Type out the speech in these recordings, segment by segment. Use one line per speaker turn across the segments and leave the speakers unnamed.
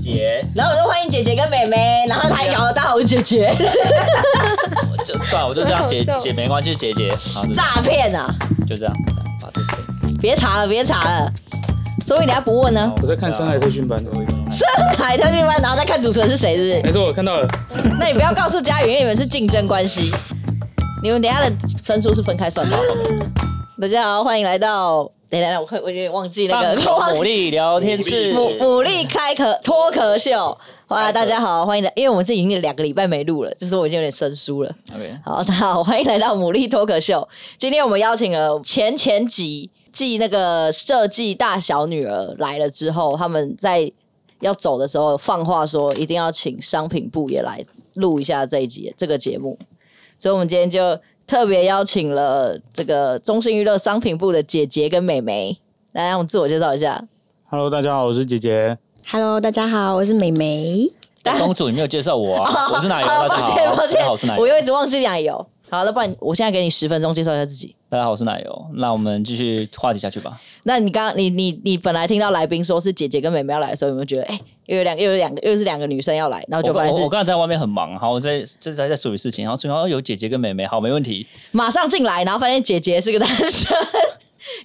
姐，
然后我就欢迎姐姐跟妹妹，然后她还搞得大我姐姐
我 就算了，我就这样姐
好笑
姐没关系，姐姐，好，就
诈骗啊！
就这样，把这谁？
别查了，别查了，说不定等下不问呢。
我在看《深海特训班》的，
深
哦
海特训班，然后再看主持人是谁，是不是？
没错，我看到了。
哎
那你不要告诉佳宇，因为你们是竞争关系。你们等一下的分数是分开算的。大家好，欢迎来到。等一下，我会我有点忘记那个， 我忘
牡
记
蛎聊天室，
牡牡蛎开壳脱壳秀。哇，大家好，欢迎来，因为我们是已经两个礼拜没录了，就是我已经有点生疏了。
OK，
好，大家好，欢迎来到牡蛎脱壳秀。今天我们邀请了前前集继那个设计大小女儿来了之后，他们在要走的时候放话说，一定要请商品部也来录一下这一集这个节目，所以我们今天就特别邀请了这个中信娱乐商品部的姐姐跟妹妹来让我们自我介绍一下。
Hello，大家好，我是姐姐。
Hello，大家好，我是美眉。
公主，你没有介绍 我啊？我是奶油，
啊
大家
抱
好，
歉抱
大家
歉
好，我是奶，油
我，又一直忘记奶油。好， 那不然我现在给你十分钟介绍一下自己。
大家好，我是奶油。那我们继续话题下去吧。
那你刚你你你本来听到来宾说是姐姐跟妹妹要来的时候，有没有觉得哎、又有两个又有两个又是两个女生要来，然
我
后就发
刚
现
我我
是
刚才在外面很忙，好，我在正在在处理事情，然后处理好有姐姐跟妹妹，好，没问题。
马上进来，然后发现姐姐是个男 生，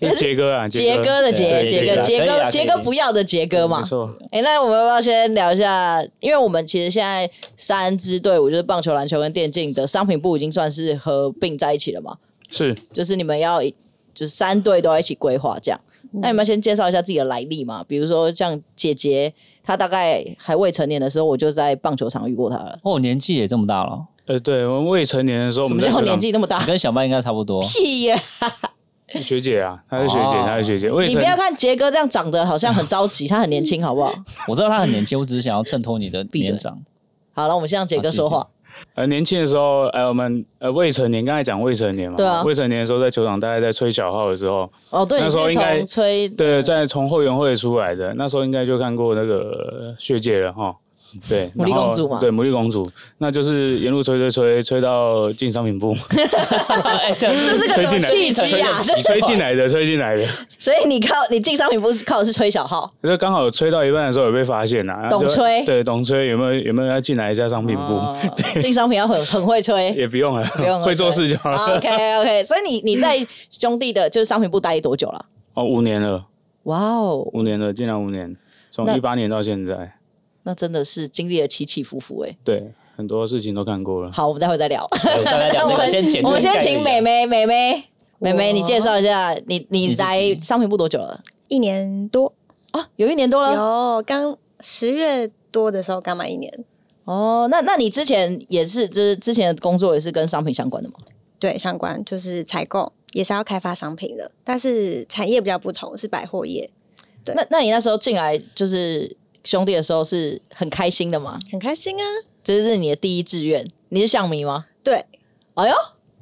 是杰哥啊，
杰哥的杰，
对
杰
杰
哥
哥
杰
可以
哥
啊
杰
可
哥
以
不要的杰哥嘛
没。错，
哎、那我们要不要先聊一下？因为我们其实现在三支队伍就是棒球、篮球跟电竞的商品部已经算是合并在一起了嘛，
是
就是你们要一就是三队都要一起规划这样。
嗯
那你们要先介绍一下自己的来历嘛？比如说像姐姐，她大概还未成年的时候，我就在棒球场遇过她了。
哦，年纪也这么大了，
呃，对我们未成年的时候，哦我
什
们
么
在
叫
学嗯
年
长
纪那么大？
跟小曼应该差不多。
屁耶！
学姐啊，她是学姐
哦，
她是学 姐。未
你
成
不要看杰哥这样长得好像很着急，他很年轻，好 不好？
我知道他很年轻，我只是想要衬托你的
闭嘴
年长。
好了，我们先让杰哥说话。
呃年轻的时候，呃我们呃未成年，刚才讲未成年嘛，
对啊
未成年的时候在球场，大概在吹小号的时候，
哦，对，你
那时候
是
应该
从吹
对，在从后援会出来的，那时候应该就看过那个呃学姐了哈。对，
牡蛎
然后
公主嘛
对，牡蛎公主，那就是沿路吹吹吹，吹到进商品部，
哎，这 这
这是个
吹
什
进
么
来
契机啊？
吹
吹进来的，吹进来的。
所以你靠你进商品部是靠的是吹小号，
就刚好吹到一半的时候有被发 现呐、啊，
懂
就
吹
对，懂吹有没有有没有要进来一下商品部？
哦进商品要很很会吹。
也不用了，
不用了 啊
会做事就好了。
OK OK，所以你你在兄弟的就是商品部待多久了？
哦，五年了，
哇哦，
五年了，进来五年，从
那
一八年到现在，
那真的是经历了起起伏伏哎、
对，很多事情都看过了。
好，我们待会再聊。
大家
那
讲
我
这个，
们
先简
我
略
们先
概
请
念
美眉，美眉，美眉，
我
你介绍一下，你你
你自
来
己
商品部多久了？
一年多，
哦，有一年多了。
有刚十月多的时候刚满一年，
哦，那那你之前也是，之之前的工作也是跟商品相关的吗？
对，相关就是采购也是要开发商品的，但是产业比较不同，是百货业，对
那那你那时候进来就是兄弟的时候是很开心的吗？
很开心啊。
这、是你的第一志愿，你是象迷吗？
对，
哎呦，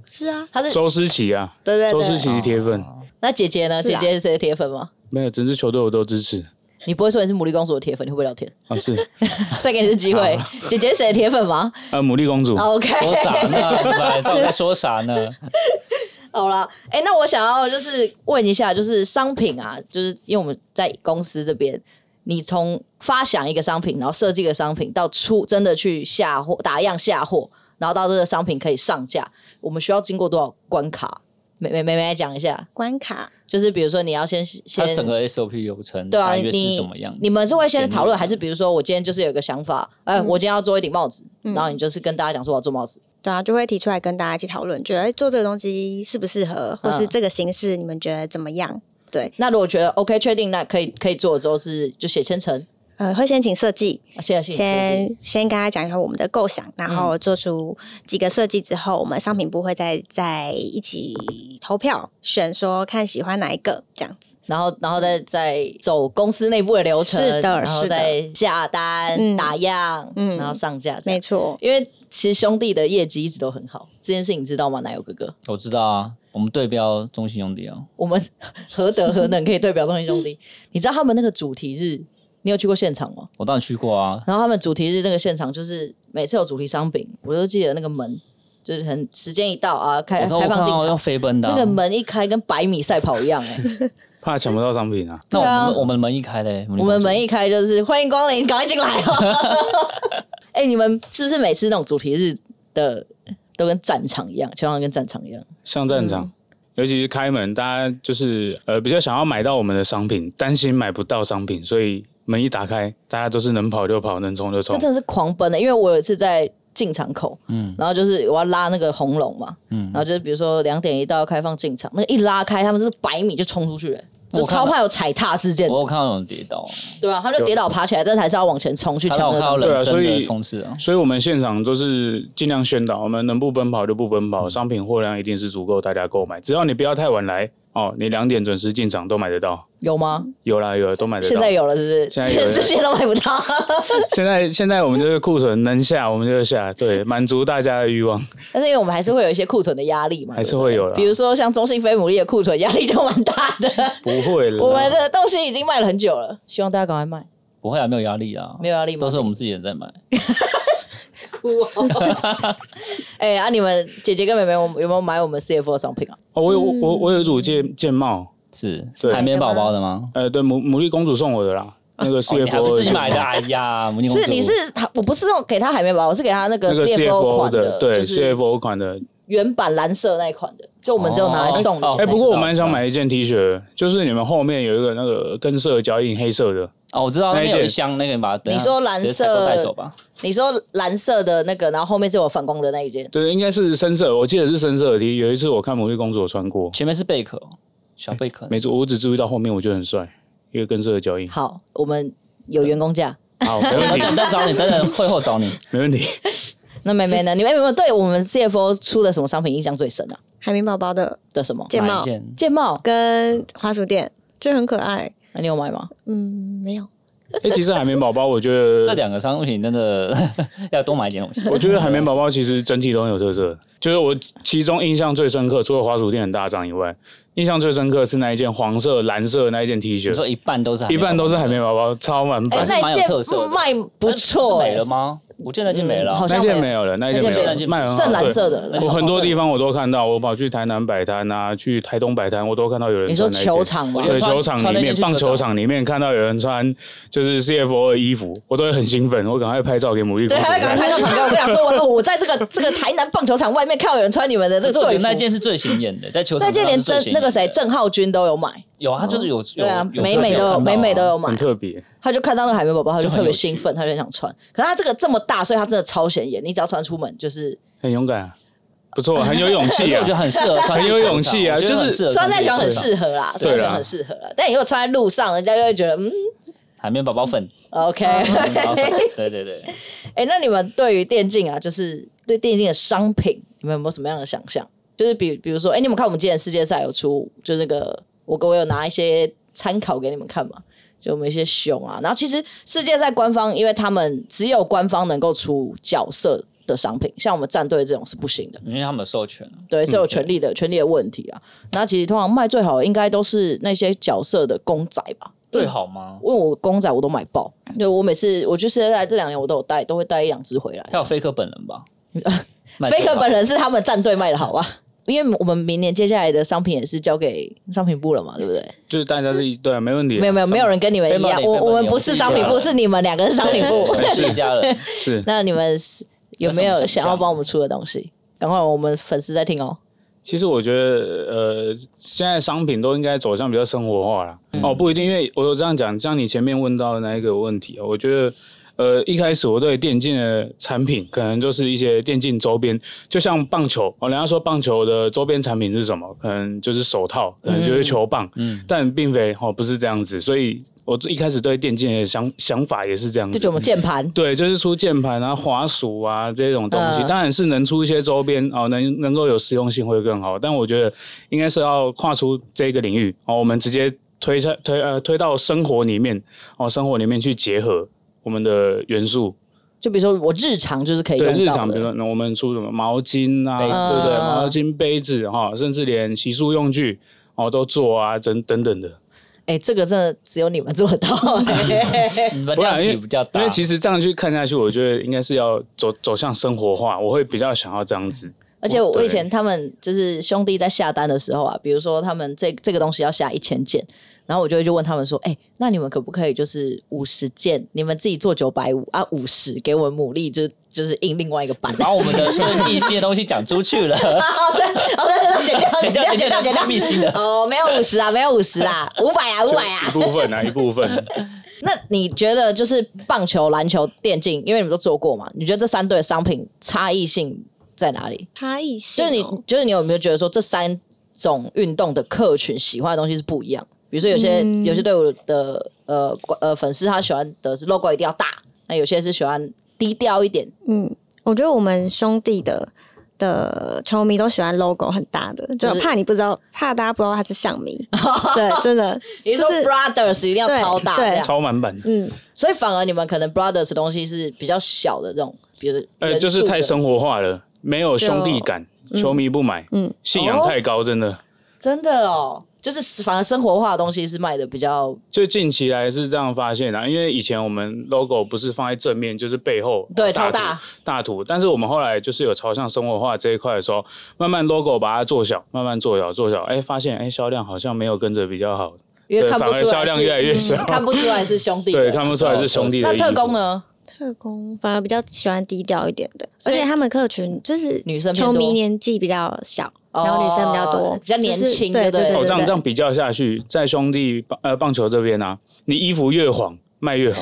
是啊，
他是
周思琪啊，
对对
周思
对。
琪是铁粉，
那姐姐呢？
是
姐
啊
姐是谁的铁粉吗？
没有整支球队我都支持
你不会说你是牡蛎公主的铁粉，你会不会聊天？
啊，是
再给你一次机会， 姐姐是谁的铁粉吗
啊，牡蛎公主，
？OK，
说啥 呢？你知道我在说啥呢？
好了，哎、那我想要就是问一下，就是商品啊，就是因为我们在公司这边，你从发想一个商品，然后设计一个商品，到出真的去下货、打样下货，然后到这个商品可以上架，我们需要经过多少关卡？美美美美来讲一下，
关卡
就是比如说你要先
它
先
整个 SOP 流程
对啊，
大
你
约是怎么样子？
你们是会先讨论，还
是
是比如说我今天就是有一个想法，哎、我今天要做一顶帽子，
嗯
然后你就是跟大家讲说我要做帽子，
对啊，就会提出来跟大家一起讨论，觉得哎做这个东西适不适合，或是
嗯
这个形式你们觉得怎么样？对，
那如果觉得 OK 确定，那可以可以做了之后是就写千层，
呃，会先请设计，
啊谢谢谢谢。
先先跟他讲一下我们的构想，然后做出几个设计之后，我们商品部会再再一起投票选，说看喜欢哪一个这样子。
然后，然后再再走公司内部的流程，
是的
然后
是的
再下单、
嗯
打样，
嗯
然后上架这样。
没错，
因为其实兄弟的业绩一直都很好，这件事情你知道吗？奶油哥哥，
我知道啊，我们对标中信兄弟啊，
我们 何德何能可以对表中心兄弟？你知道他们那个主题日，你有去过现场吗？
我当然去过啊。
然后他们主题日那个现场就是每次有主题商品，我都记得那个门就是很时间一到啊，开
我知道我
开
看
放进
到要
场，
飞奔的啊、
那个门一开跟百米赛跑一样哎、
怕抢不到商品啊。
那我
对
们、
啊
我们门一开嘞，
我们门一开就是欢迎光临，赶快进来哦。 哎、你们是不是每次那种主题日的都跟战场一样，全场跟战场一样？
上战
嗯
场，尤其是开门，大家就是呃比较想要买到我们的商品，担心买不到商品，所以门一打开，大家都是能跑就跑，能冲就
那
冲。
真的是狂奔欸的、因为我有一次在进场口，嗯
嗯，
然后就是我要拉那个红龙嘛，嗯，然后就是比如说两点一到要开放进场，那个一拉开，他们是百米就冲出去了、就
我看
超
到
怕有踩踏事件，
我有看到有人跌倒，
对啊，他们就跌倒爬起来，但是还是要往前冲去
看到
抢
我
那
看到
种。
对啊
人生
所以
的冲刺啊，
所以我们现场都是尽量宣导，我们能不奔跑就不奔
嗯
跑，商品货量一定是足够大家购买，只要你不要太晚来哦，你两点准时进场都买得到。
有吗？
有啦有啦，都买得到。
现在有了是不
现在
是？
有 了
这些都买不到。
现在现在我们就是库存能下我们就下，对，满足大家的欲望。
但是因为我们还是会有一些库存的压力嘛，
还是
对不对
会有啦
比如说像中信飞牡蛎的库存压力就蛮大 的，
不会了，
我们的东西已经卖了很久了，希望大家赶快卖，
不会啊，没有压力啊，
没有压力吗
都？是我们自己人在买。
哭哦哎、啊，你们姐姐跟妹妹，我们有没有买我们 CFO 的商品啊？
哦，我有我我我有一组戒戒帽，
是
对
海绵宝宝的吗？
呃，对，牡牡蛎公主送我的啦，那个
哦你还
CFO
不是自己
的
买的？哎 呀，母女公主
是你是他，我不是用给他海绵宝宝，我是给他那个
那个
CFO 款
的，对
就是
CFO 款的。
原版蓝色那一款的，就我们只有拿来送你的
哦
哎，
那
不
一
过
种。
我蛮想买一件 T 恤，就是你们后面有一个那个跟色脚印黑色的，
哦，我知道
那
那
一
边有一
件
箱，那个你把它等一下
你说蓝
直接采购
色
带走吧，
你说蓝色的那个，然后后面是有反光的那一件，
对，应该是深色，我记得是深色的 T。有一次我看牡蛎公主我穿过，
前面是贝壳，小贝壳，
没错，我只注意到后面，我觉得很帅，一个跟色的脚
嗯
印。
好，我们有员工价。
好，没问题，
等等找你，等等会后找你。
没问题。
那妹妹呢？你妹妹有没有对我们 CFO 出的什么商品印象最深啊？
海绵宝宝的
的什么？
睫
哪
毛
一件？
键帽？
跟滑鼠垫，就很可爱。
那你有买吗？
嗯，没有，
哎，其实海绵宝宝，我觉 得
这两个商品真的 要多买一点东西。
我觉得海绵宝宝其实整体都很有特色，就是我其中印象最深刻，除了滑鼠垫很大张以外，印象最深刻是那一件黄色、蓝色的那一件 T
你
恤，
说一半都是海
一
绵宝宝
半都是海绵宝宝，超满
哎、
版。
是
那
蛮
一
有
件
特色的
卖不错、
是
哎
没了吗？我记得那件没了
嗯
啊
好，像
那
没有
件没有了，那件
那件
没
没
有了
有，
卖很好。
哎剩蓝色
那
的。
件
对我很多地
方。
方我都看到，我跑去台南摆摊啊，去台东摆摊，我都看到有人
你说
穿那一件
球。场吗
我？觉
对
得穿
球场
穿
里
那件
面，
去
棒
球
球
场
场里面看到有人穿就是 CFO 的衣服，我都会很兴奋，我赶快拍照给牡蛎公主
对，还要赶
看
快。拍到场给我，跟你讲说，我我在这个 这个台南棒球场外面看到有人穿你们的那
可是
个
我觉
队
得
服，
那件是最显眼的，在球场
那件连
上
郑
是最显眼
那
的
个谁郑浩君都有买，
有啊，他就是有
对啊，
有
美美都有
有看到啊
美美都有买
很
啊，
特别，
他就看到那个海绵宝宝，他就
就很
特别
有趣
兴奋，他就很想穿。可是他这个这么大，所以他真的超显眼，你只要穿出门就是
很勇敢啊，不错，很有勇
可
气
是
啊
我觉。得很适合穿，
很有勇气啊
我觉得
就是
很适合
穿在
这
球
种
很
地方
适合啦，穿
对啦
在球很适合啦。但你如果穿在路上，人家就会觉得嗯
海绵宝宝 粉，
，OK。
海绵宝宝粉
哎，
对对对，
那你们对于电竞啊，就是对电竞的商品，你们有没有什么样的想象？就是比比如说，哎，你们看我们今年世界赛有出，就那个我我有拿一些参考给你们看嘛。就我们一些熊啊，然后其实世界赛官方，因为他们只有官方能够出角色的商品，像我们战队这种是不行的。
因为他们有授权，啊
对，是有权利的、权利的问题啊。那其实通常卖最好的应该都是那些角色的公仔吧，
最好吗？
因为我公仔我都买爆，就我每次我去世界赛这两年我都有带，都会带一两只回来。
他有飞科本人吧？
飞哥本
人
人是他们战队卖的好吧？因为我们明年接下来的商品也是交给商品部了嘛，对不对？
就是大家是一对啊，没问题啊。
没有没有没有人跟你们一
飞
样，
马里
我
飞马里
我们不是商品部，
我是
是你们两个是商品部。
对
是一家 人，
是
那你们是有没有想要帮我们出的东西？赶快，我们粉丝在听哦。
其实我觉得，呃，现在商品都应该走向比较生活化了。
嗯
哦，不一定，因为我有这样讲，像你前面问到的那一个问题，我觉得，呃，一开始我对电竞的产品，可能就是一些电竞周边，就像棒球，哦，人家说棒球的周边产品是什么？可能就是手套，可能就是球棒，嗯，但并非哦，不是这样子，所以。我一开始对电竞的想想法也是这样子，
这就是我们键盘，
对，就是出键盘啊、滑鼠啊这种东西，
嗯
当然是能出一些周边哦，能能够有实用性会更好。但我觉得应该是要跨出这个领域哦，我们直接推下推呃推到生活里面哦，生活里面去结合我们的元素。
就比如说我日常就是可以用
对，
到的。
日常比如说那我们出什么毛巾啊，
杯子
对不对？
嗯
毛巾、杯子哈、甚至连洗漱用具哦都做啊，等等等的。
哎、这个真的只有你们做得到、
你们
不然
量
因为
体比较大，
啊
因为其实这样去看下去，我觉得应该是要走走向生活化，我会比较想要这样子。
而且我
对
以前他们就是兄弟在下单的时候啊，比如说他们这这个东西要下一千件，然后我就会去问他们说，哎、那你们可不可以就是五十件，你们自己做九百五啊，五十给我们牡蛎就就是印另外一个版。 哦
把我们的最密信的东西讲出去了，
好的，好的，剪掉，
剪
剪
掉
掉，
剪掉
剪掉，
剪掉
剪掉，
密信了。
哦，没有五十啊，没有五十啦，五百啊，五百
一
啊。
部分啊，一 部分。
那你觉得就是棒球、篮球、电竞，因为你们都做过嘛，你觉得这三对的商品差异性在哪里？
差异
就
性哦、
是你，就是你有没有觉得说这三种运动的客群喜欢的东西是不一样？比如说有些、
嗯
有些队伍的呃观呃粉丝他喜欢的是 logo 一定要大，那有些是喜欢低调一点，
嗯，我觉得我们兄弟的的球迷都喜欢 logo 很大的，就
就是
怕你不知道，怕大家不知道他是象 迷。对，真的，
你是说
就是
brothers 一定要
对
超大这
对
样，
超满版的，
嗯，
所以反而你们可能 brothers 的东西是比较小的这种，比如
呃，就是太
深，
生活化了，没有兄弟感，
哦
球迷不买，
嗯
信仰太高，真的。
真的哦，就是反而生活化的东西是卖的比较
就近期来是这样发现啊，因为以前我们 logo 不是放在正面，就是背后呃
对
大
超
图
大
大图，但是我们后来就是有朝向生活化这一块的时候，慢慢 logo 把它做小，慢慢做小做小，哎，发现哎销量好像没有跟着比较好，
因为
对，
看
反
不出
而
来
销量
是嗯
越来越小，
看不出来是兄弟的，
对，看不出来是兄弟的
那
意义。
特工呢？
特工反而比较喜欢低调一点的，
所
而
以
且他们客群就是
女生偏
球
多哦
迷年纪比较小，然后女生比较多，
比较年
就是
轻
对
就对
对
了
哦，
对
这样
对
这样
对。
比较下去，在兄弟棒呃棒球这边啊，你衣服越黄卖 越好，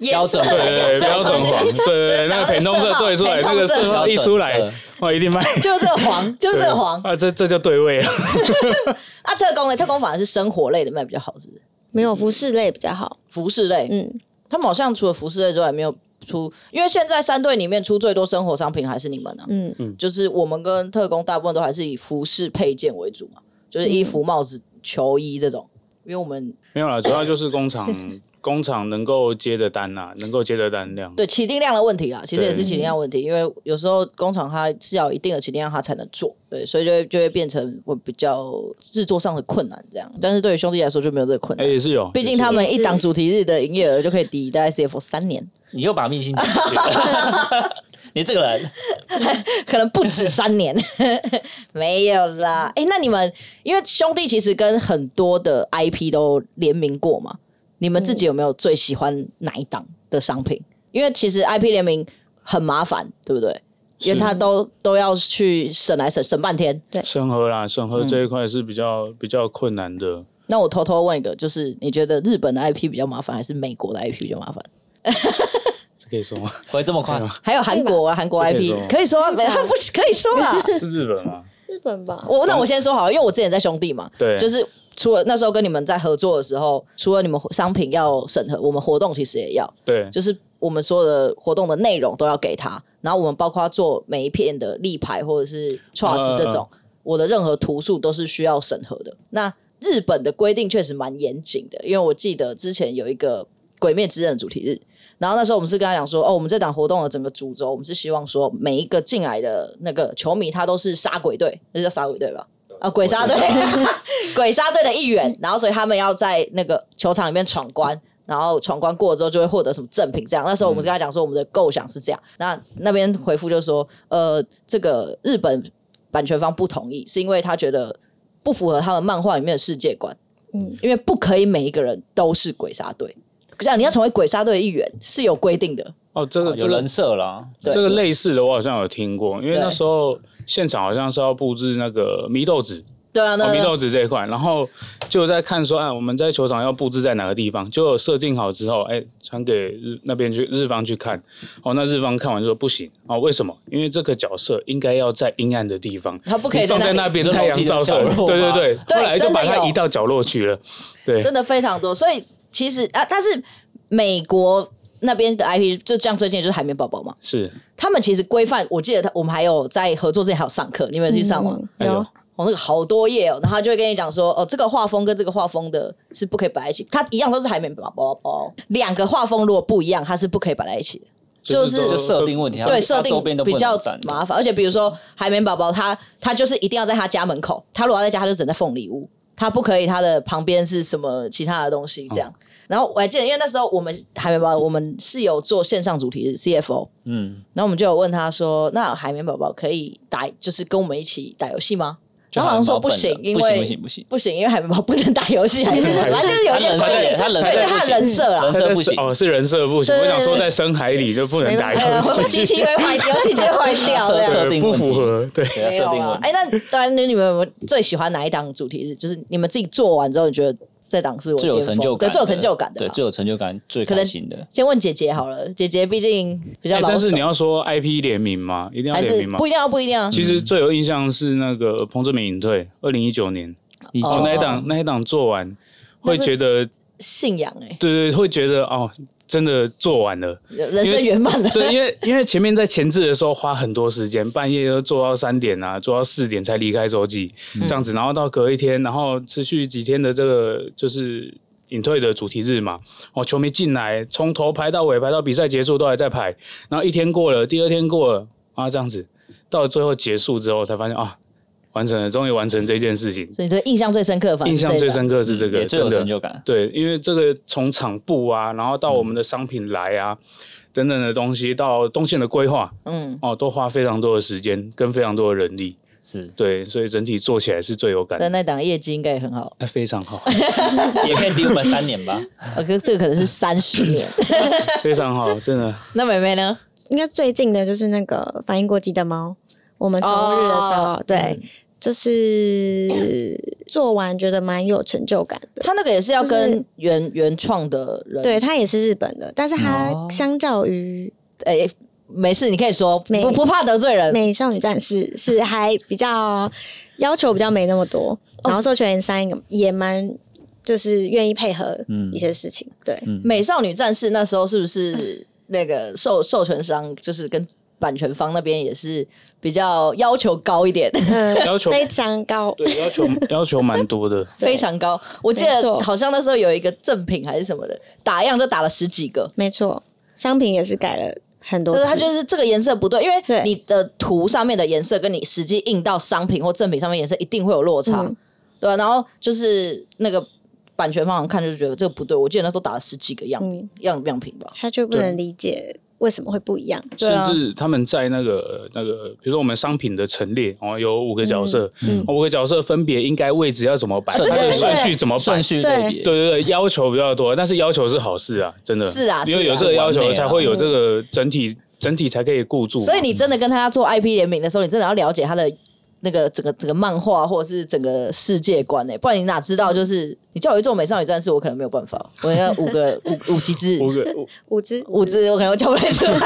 标准
对对对，标准黄，对对对，
讲
那
到
个屏东
色
色
号
对出来，
屏
那
东
个
色
色号一出来，哇，一定卖。
就是这个黄，就是这个黄
啊，这这就对位 了。
啊！特工呢？特工反而是生活类的卖比较好，是不是？
没有服饰类比较好，
服饰类，
嗯，
他们好像除了服饰类之外，没有出，因为现在三队里面出最多生活商品还是你们呢、
嗯
嗯，就是我们跟特工大部分都还是以服饰配件为主嘛，就是
嗯
衣服、帽子、球衣这种，因为我们
没有啦，主要就是工厂工厂能够接的单呐，能够接的单量。
对起订量的问题啦，啊其实也是
对
起订量的问题，
嗯
因为有时候工厂它是要有一定的起订量它才能做，对，所以就会就会变成我比较制作上的困难这样。但是对于兄弟来说就没有这个困
哎，
难，
也是有，
毕竟他们一档主题日的营业额就可以抵大概 CF 三年，
你又把密信讲出去了， 你这个人
可能不止三年， 没有啦。哎、那你们因为兄弟其实跟很多的 IP 都联名过嘛，你们自己有没有最喜欢哪一档的商品？因为其实 IP 联名很麻烦，对不对？因为他都都要去审来审审半天。
也是审核啦，审
嗯
核这一块是比较比较困难的。
那我偷偷问一个，就是你觉得日本的 IP 比较麻烦，还是美国的 IP 比较麻烦？
这可 以说吗？
回这么快，
还有韩国啊，韩国
这可
IP
以说吗
可以说啊，没 他不是可以说啦。
是日本吗？
日本吧，
我那我先说好了，因为我之前在兄弟嘛，
对
就是除了那时候跟你们在合作的时候，除了你们商品要审核，我们活动其实也要，
对，
就是我们所有的活动的内容都要给他，然后我们包括做每一片的立牌或者是 trust
嗯
这种，我的任何图数都是需要审核的。那日本的规定确实蛮严谨的，因为我记得之前有一个《鬼灭之刃》主题日。然后那时候我们是跟他讲说，哦，我们这档活动的整个主轴，我们是希望说每一个进来的那个球迷，他都是杀鬼队，那叫杀鬼队吧？啊，鬼杀 队，鬼杀队的一员。然后所以他们要在那个球场里面闯关，然后闯关过了之后就会获得什么赠品。这样，那时候我们是跟他讲说，我们的构想是这样。那那边回复就说，呃，这个日本版权方不同意，是因为他觉得不符合他们漫画里面的世界观。
嗯，
因为不可以每一个人都是鬼杀队，这样你要成为鬼杀队的一员是有规定的。
哦，这个
啊有
这个
人设了，
对
这个类似的，我好像有听过，因为
对
那时候现场好像是要布置那个祢豆子，
对啊，
哦，
那
祢豆子这一块，然后就在看说，啊，我们在球场要布置在哪个地方，就有设定好之后，哎，传给日那边去日方去看，哦，那日方看完就说不行，哦，为什么？因为这个角色应该要在阴暗的地方，
他不可以
你放
在
在
那
那
里
边
就楼
太
梯
阳
的
照
角
射了，
落
对对
嘛
对，
对
后来就
真的
把它
有
移到角落去了，对，
真的非常多。所以其实啊，但是美国那边的 IP 就像最近就是海绵宝宝嘛，
是，
他们其实规范，我记得他我们还有在合作之前还有上课，你们有去上吗？
嗯
哎呦
有，
哦，那个好多页哦，然后他就会跟你讲说，哦，这个画风跟这个画风的是不可以摆在一起，它一样都是海绵宝宝宝，两个画风如果不一样，它是不可以摆在一起的。就是
都
就设定问题，它
对，
它
设
周
定
边都不
比
能
较
展
麻烦，而且比如说海绵宝宝，它它就是一定要在他家门口，它如果要在家，它就只能在凤梨屋，它不可以它的旁边是什么其他的东西这样。然后我还记得，因为那时候我们海绵宝宝，我们是有做线上主题的 CFO，
嗯，
然后我们就有问他说：“那海绵宝宝可以打，就是跟我们一起打游戏吗？”
就
然后好像说不
蛮
行
笨，的
因
不行不
为
行不行，
不行因为海绵宝宝不能打游戏，还是
不能打游戏
反正就是有一些
他人设他人设
对对
不
他啊
行
人设啦
人。设不行
哦，是人设不行。
对
我
对对
想说，在深海里就不能打
哎呀，
游
我
戏
们，机器会坏，游戏机会坏掉这
设
样。
设
对
定
不
问题
符合。对，
对啊，设定问题
哎、那当然，那你们有没有最喜欢哪一档主题日？就是你们自己做完之后，你觉得这档是我
最有
巅峰
成就感的，
对，最有成就感的
对，最有
啦。
成就感，最
可
开
能
心
哦
的。
先问姐姐好了，姐姐毕竟比较
哎
老手，
但是你要说 IP 联名吗？一定要
还
联
是
名吗
不？一定要啊不一定要。
其实最有印象是那个彭志明隐退，二零一九年，
你
哦
哦，那一
哦
档那一档做完，会觉得
信仰哎、
对对，会觉得哦，真的做完了。
人生圆满了。
对，因为因为前面在前置的时候花很多时间，半夜都做到三点啊，做到四点才离开洲际，
嗯
这样子，然后到隔一天，然后持续几天的这个就是隐退的主题日嘛，哦，球迷进来从头排到尾，排到比赛结束都还在排，然后一天过了，第二天过了啊，这样子，到了最后结束之后才发现啊，完成了，终于完成这件事情，
所以你对印象最深刻，反正
印
是这一档
象最。深刻是这
嗯
个，
也最有
真的
成就感。
对，因为这个从厂部啊，然后到我们
嗯
的商品来啊，等等的东西，到动线的规划
嗯，
哦，都花非常多的时间跟非常多的人力。
是
对，所以整体做起来是最有感
但
的，
那档业绩应该也很好。
哎非常 好，
也可以抵我们三 年吧。
呃，可是这个可能是三十年。
非常好，真的。
那妹妹呢？
应该最近的就是那个反应过激的猫，我们周日的时候，
哦嗯
对，就是做完觉得蛮有成就感的。
她那个也是要
就
跟原原创的人。
对，，它也是日本的，但是
哦
它相较于
哎，没事，你可以说，
没
不不怕得罪人。
美少女战士是还比较要求比较没那么多，
哦
然后授权三也蛮就是愿意配合
嗯
一些事情，对，
嗯美少女战士那时候是不是那个授授权商就是跟版权方那边也是比较要求高一点，
嗯，
要求
非常高，
对，要求 要求蛮多 的，
非常高。我记
没
得
错
好像那时候有一个赠品还是什么的，打样就打了十几个。
没错，商品也是改了很多
就
次，
是它就是这个颜色不对，因为
对
你的图上面的颜色跟你实际印到商品或赠品上面颜色一定会有落差，
嗯
对、啊、然后就是那个版权方看就觉得这个不对，我记得那时候打了十几个样品、
嗯
样样品吧。
他就不能理解为什么会不一样，
对
甚
啊
至他们在那个那个，比如说我们商品的陈列哦，有五个角色，哦
嗯啊
五个角色分别应该位置要怎么摆，
顺
它的
对
顺序怎么摆
顺，序类别，
对对对，要求比较多，但是要求是好事啊，真的
是啊
因为
是啊
有这个要
完
求，
美啊
才会有这个整体整体才可以顾住嘛。
所以你真的跟他做 IP 联名的时候，你真的要了解他的那个整个整个漫画或者是整个世界观诶、欸不然你哪知道？就是你叫我去做美少女战士，我可能没有办法，我要五个五五级 制
五个五
五只
五只，我可能我叫不来 出来。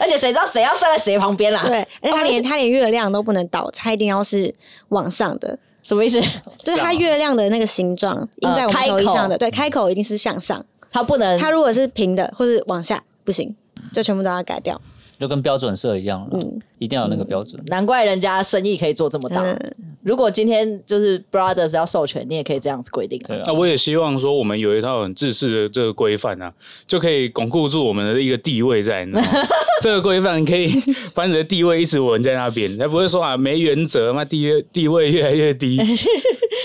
而且谁知道谁要站在谁旁边啦？
对，而且他连他连月亮都不能倒，他一定要是往上的，
什么意思？
就是
这样啊
它月亮的那个形状印在
呃
我们
开
头衣
口嗯
上的，对，开口一定是向上，
他不能，
它如果是平的或是往下不行，就全部都要改掉。
就跟标准色一样了，
嗯
一定要有那个标准。
难怪人家生意可以做这么大。
嗯，
如果今天就是 Brothers 要授权，你也可以这样子规定、啊。
对啊
那我也希望说，我们有一套很制式的这个规范啊，就可以巩固住我们的一个地位在， 你知道吗这个规范可以把你的地位一直稳在那边，才不会说啊没原则，那地位地位越来越 低。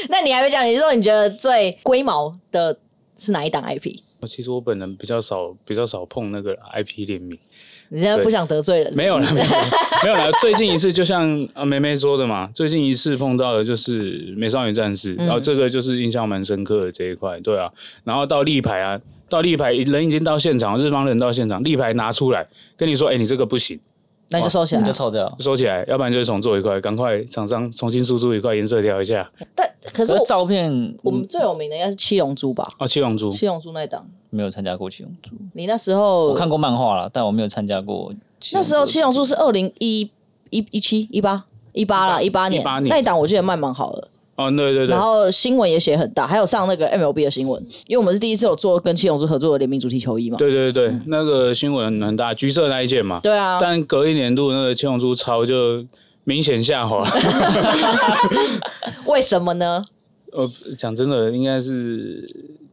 那你还没讲，你说你觉得最龟毛的是哪一档 IP？
其实我本人比较少比较少碰那个 IP 联名，
你现在不想得罪人是不是
没有啦，没有啦， 没有啦。最近一次就像呃梅梅说的嘛，最近一次碰到的就是《美少女战士》
嗯
然后这个就是印象蛮深刻的这一块，对啊。然后到立牌啊，到立牌人已经到现场，日方人到现场，立牌拿出来跟你说，哎、你这个不行，
那你就收起来
哦你就
啊。
抽掉。
收起来，要不然就是重做一块，赶快厂商重新输出一块颜色调一下。
但可是
可是
我
照片嗯
我们最有名的应该是七龙珠吧？
哦，七龙珠，
七龙珠那一档，
没有参加过七龙珠，
你那时候
我看过漫画了，但我没有参加过。
那时候七龙珠是二零一一一七一八一八啦，一八年
18年
那一档我记得卖蛮好的，
哦，对对对
然，后新闻也写很大，还有上那个 MLB 的新闻，因为我们是第一次有做跟七龙珠合作的联名主题球衣嘛。
对对对，那个新闻很大，橘色那一件嘛，
对啊，
但隔一年度那个七龙珠超就明显下滑。
为什么呢？
呃，讲真的，应该是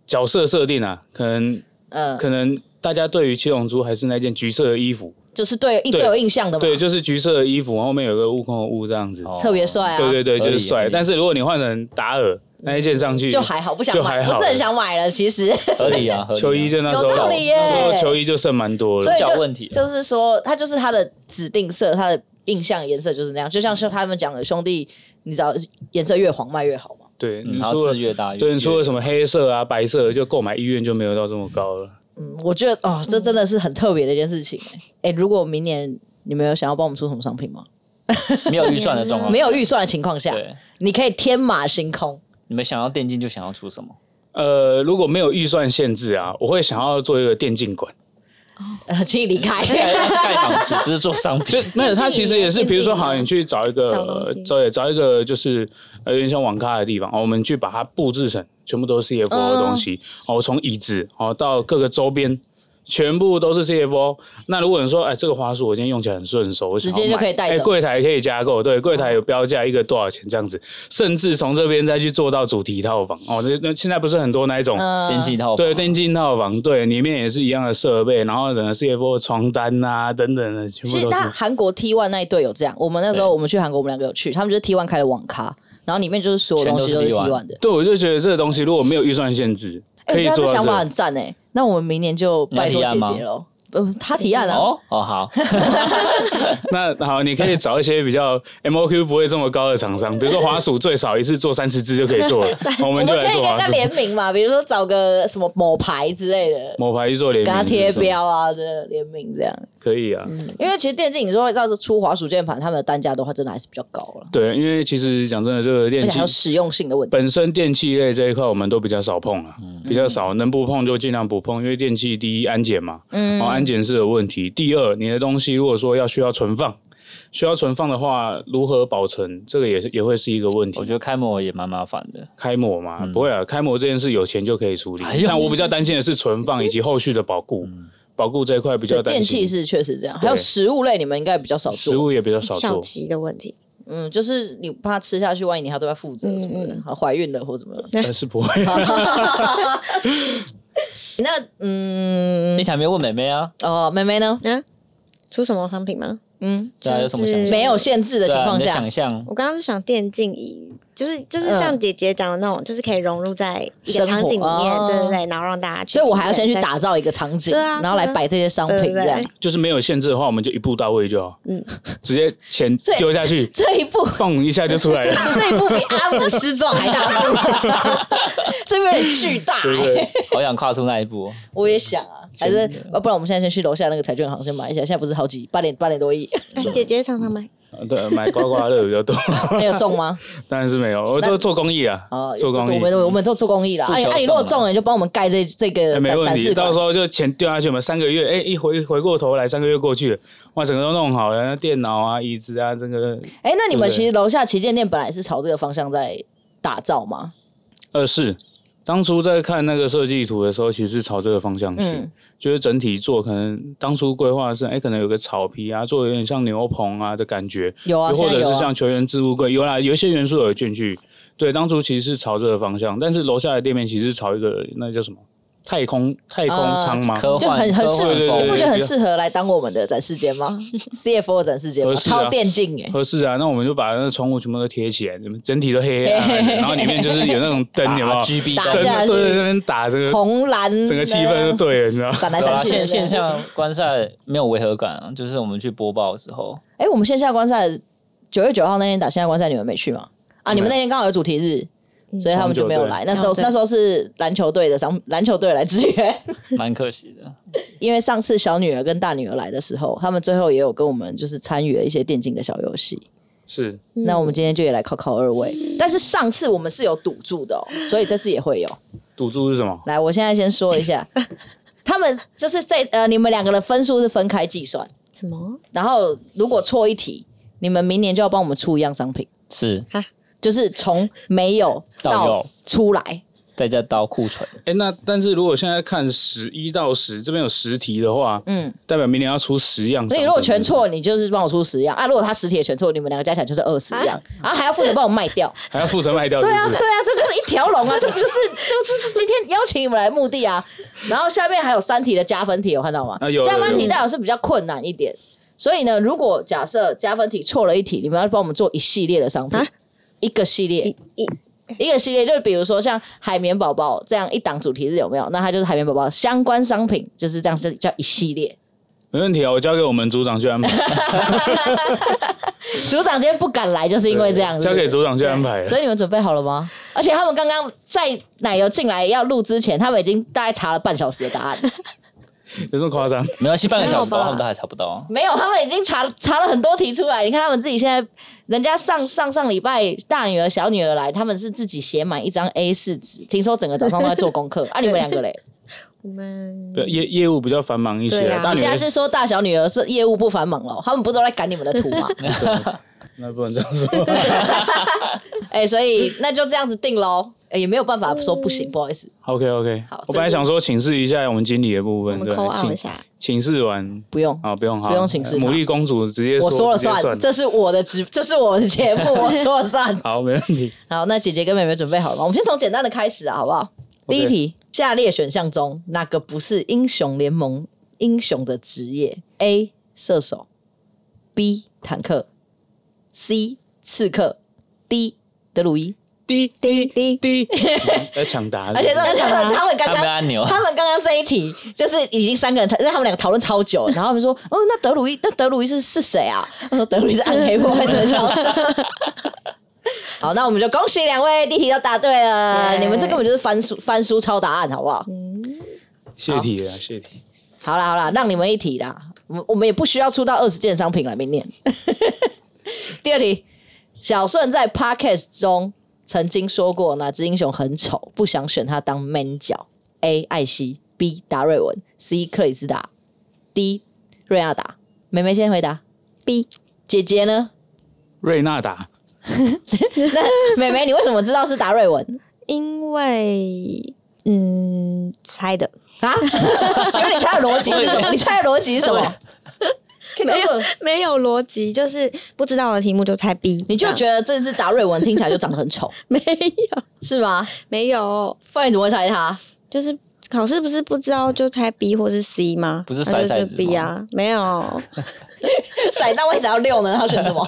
角色设定啊，可能
嗯，
可能大家对于七龙珠还是那件橘色的衣服，
就是对一
对
最有印象的嘛，
对，就是橘色的衣服，后面有个悟空的悟这样子，
哦
特别帅啊。
对对对，就是
合
帅。
理
但是如果你换成达尔，那一件上去
就还好，不想
就
买，
还
不
好
是很想买了，其 实。
合理啊，合理啊
球衣就那时候
有道理耶
那时候球衣就剩蛮多
所
了
以，
脚
就
问题
就是说，它就是它的指定色，它的印象颜色就是那样。就像是他们讲的，兄弟，你只要颜色越黄卖越好嘛。
对，
嗯
你
然
出
后
了
字越大越
对，你出了
越
什么黑色啊、白色，就购买意愿就没有到这么高了。
嗯，我觉得哦，这真的是很特别的一件事情、欸。哎、如果明年你们有想要帮我们出什么商品吗？
没有预算的
哦
状况，
没有预算的情况下，
对，
你可以天马行空。
你们想要电竞就想要出 什么？
呃，如果没有预算限制啊，我会想要做一个电竞馆。
呃，请你离 开。
是盖是盖房子，不是做商品
就。没有，它其实也是，比如说，好，
电竞椅啊
你去找一
小东
个
西，
找找一个就是呃有点像网咖的地方，哦，我们去把它布置成全部都是 CFO 的东
嗯
西，哦，从椅子哦到各个周边，全部都是 CFO。那如果你说，哎，这个花束我今天用起来很顺手，我想要
直接就
买
可以带走
哎，柜台可以加购，对，柜台有标价，一个多少钱这样子，甚至从这边再去做到主题套房，哦，那那现在不是很多那一 种，
嗯
电竞套房
对，电竞套房，对，里面也是一样的设备，然后整个 CFO 的床单啊等等的，全
其
部
实
都是
那。韩国 T One 那一队有这样，我们那时候
对
我们去韩国，我们两个有去，他们就是 T One 开的网咖，然后里面就是所有
全
东
都
西
是
都是 T
T1
One 的。
对，我就觉得这个东西如果没有预算限制，
哎，
可以
我觉得
做
他这
到
想
这
法
个
很。赞哎，那我们明年就拜托
你要提案
姐
啊
吗
姐喽。呃，他提案啊，
哦哦好，
那好，你可以找一些比较 MOQ 不会这么高的厂商，比如 说滑鼠最少一次做三十只就可以做了，我
我
们
们
就
可
来
以跟
做啊
人
滑
家
鼠，
联名 嘛，比如说找个什么某牌之类的，
某牌去做联
跟
名，
他贴
是不是
标嗯啊的联名这样。
可以啊。
因为其实电竞，你说要是出滑鼠键盘，他们的单价的话，真的还是比较高了，
对，因为其实讲真的，这个
而且
电
还
器
有实用性的问题。
本身电器类这一块我们都比较少碰了、啊
嗯
比较少，能不碰就尽量不碰，因为电器第一安检嘛，嗯，哦，安检是有问题。第二，你的东西如果说要需要存放，需要存放的话，如何保存，这个也是也会是一个问题
我。觉得开模也蛮麻烦的。
开模嘛，
嗯
不会啊，开模这件事有钱就可以处理。
哎呦
但我比较担心的是存放以及后续的保固，保固这一块比
嗯
较
对，
担
电
心。
器是确实这样，还有
对
食物类，你们应该比较少
食
做。
物也比较少
小
做，
鸡的问题，
嗯，就是你怕吃下去，万一你还要对外负
嗯
责什么的，好怀孕了或怎么了。
但是不 会。
那嗯，
你还没问妹妹啊？
哦，妹妹呢？
嗯、出什么商品吗？
嗯，
对啊，有什么
就
想
是
象？
没有限制的
对
情
啊，
况
你的
下，
想象
我刚刚是想电竞椅，就是就是
嗯
像姐姐讲的那种，就是可以融入在一
生
个场景里
活
面，
哦
对对对，然后让大家去体
所
验，
以我还要先去
对
打，造一个场景，
对啊
然后来摆这些商品
对对
这样。
就是没有限制的话，我们就一步到位就好，
嗯，
直接钱丢下去，
这一 步，
蹦一下就出来了。
这一步比阿姆斯壮还大步， 这边有点巨大、
对不
欸。
对？
好想跨出那一 步哦。
我也想啊，还是啊，不然我们现在先去楼下那个彩券行先买一下，现在不是好几八点八点多 亿，
哎，姐姐常常买，
呃对，买刮刮乐比较多，
没有中吗？
当然是没有，我都做公益啊
哦，，
做公益
我。们我们都做公益了。
不
哎
求
哎，你如
中
果
了
中了，你就帮我们盖这这个
啊哎没
展
问
展
题，
示
到
馆
时。候就钱掉下去嘛，我们三个月，哎，一回回过头来，三个月过去了，哇，整个都弄好了，那电脑啊、椅子啊，这个
哎，那你们
对
其实楼下旗舰店本来是朝这个方向在打造吗？
呃是，当初在看那个设计图的时候，其实是朝这个方向去，
嗯
就是整体做，可能当初规划是，哎、可能有个草皮啊，做有点像牛棚啊的感觉，
有啊，
又
现
或
在
者
有
是
啊。
像球员置物柜，有啦，有一些元素有进去。对，当初其实是朝这个方向，但是楼下的店面其实是朝一个那叫什么太空太空
啊
舱吗？
科
就
幻
很很
科
适，
幻
对对对
你
风
不觉得很
对
适合来当我们的展示间 吗？CFO 的展示间吗，
合适啊
超电竞哎，
合适啊，那我们就把那个窗户全部都贴起来，整体都黑黑暗暗 的，然后里面就是有那种灯，有没有？
GB
打
灯
架
对对，那边打这个，
红蓝
整个气氛就对了你知道
闪来
对
闪
啊，
去的
线线上观赛没有违和感啊，就是我们去播报的时候，
哎、我们线下观赛九月九号那天打线下观赛，你们没去吗？啊，你们那天刚好有主题
嗯
日，所以他们就没有
嗯
来。那时候
哦对
那时候是篮球队的上篮球队来支援，
蛮可惜的。
因为上次小女儿跟大女儿来的时候，他们最后也有跟我们就是参与了一些电竞的小游戏。
是
那我们今天就也来考考二位，但是上次我们是有赌注的哦，所以这次也会有。
赌注是什么？
来，我现在先说一下，他们就是这呃，你们两个的分数是分开计算，
什么？
然后如果错一题，你们明年就要帮我们出一样商品。
是，
就是从没有
到
到
有
出来，
再加刀库存，
哎，那但是如果现在看十一到十这边有十题的话，
嗯，
代表明年要出十样商品。
所以如果全错，你就是帮我出十样啊；如果他十题也全错，你们两个加起来就是二十样，然后还要负责帮我卖掉。
还要负责卖掉，
对
是
啊，
不
对
是？
啊，这就是一条 龙啊，这不就是这不就是今天邀请你们来的目的啊？然后下面还有三题的加分题，有看到吗？
啊有有
加分题
有
代表是比较困难一点，所以呢，如果假设加分题错了一题，你们要帮我们做一系列的商品，
啊
一个系列
一
一个系列就是比如说像海绵宝宝这样一档主题日有没有？那它就是海绵宝宝相关商品，就是这样是叫一系列。
没问题啊，我交给我们组长去安排，
组长今天不敢来， 就是因为这样子。
交给组长去安排。
所以你们准备好了吗？而且他们刚刚在奶油进来要录之前，他们已经大概查了半小时的答 案，
有这么夸张？
没关系，半个小时
没有吧
吧，他们都还查不到。
没有，他们已经查了查了很多题出来。你看他们自己现在，人家上上上礼拜大女儿、小女儿来，他们是自己写满一张 A 四纸，听说整个早上都在做功课。 啊，你们两个嘞，
我们
对，业业务比较繁忙一些
对，啊
大
你
女
现在
儿
是说大小女儿是业务不繁忙了？他们不都在赶你们的图 吗？
那不能这样说。
哎、所以那就这样子定喽、哎也没有办法说不行，不好意思，
OK OK，
好
我本来想说请示一下我们经理的部
我
分，
们
对
扣，out 一
请
下，
请示完
不用。
啊，不用好，
不用请示
牡蛎公主直接
我说了
直接
算，这是我的直，这是我的节目，我说了算。
好，没问题。
好，那姐姐跟妹妹准备好了吗？我们先从简单的开始啊，好不好？
OK
第一题，下列选项中哪个不是英雄联盟英雄的职业？A. 射手，B. 坦克，C. 刺客，D. 德鲁伊。
滴滴
滴
滴，要抢答，
而且 他们啊他们他们刚
他没啊
刚
按 钮，
他们刚刚这一题就是已经三个人，让他们两个讨论超久，然后他们说：“哦，那德鲁伊，那德鲁伊是是谁啊？”他说：“德鲁伊是暗黑破坏神的角色。”好，那我们就恭喜两位第一题都答对了
耶
你们这根本就是翻书翻书抄答案，好不好？
谢题了，谢题。
好啦好啦，让你们一题啦，我们我们也不需要出到二十件商品了，明年。 第二题，小顺在 Podcast 中曾经说过哪只英雄很丑，不想选他当 man 角？A. 艾希，B. 达瑞文，C. 克里斯达，D. 瑞亚达。妹妹先回答
B
姐姐呢？
瑞纳达，
妹妹，你为什么知道是达瑞文
因为嗯猜的，
啊？ 请问你猜的逻辑是什么？你猜的逻辑是什 么？
没有没有逻辑，就是不知道的题目就猜 B，
你就觉得这只达瑞文听起来就长得很丑，
没有
是吗？
没有，
不然你怎么会猜他？
就是考试不是不知道就猜 B 或是 C 吗？
不是
那
筛
就
筛
是
子
B
吗
啊，没有，
骰那为啥要六呢？他选什 么？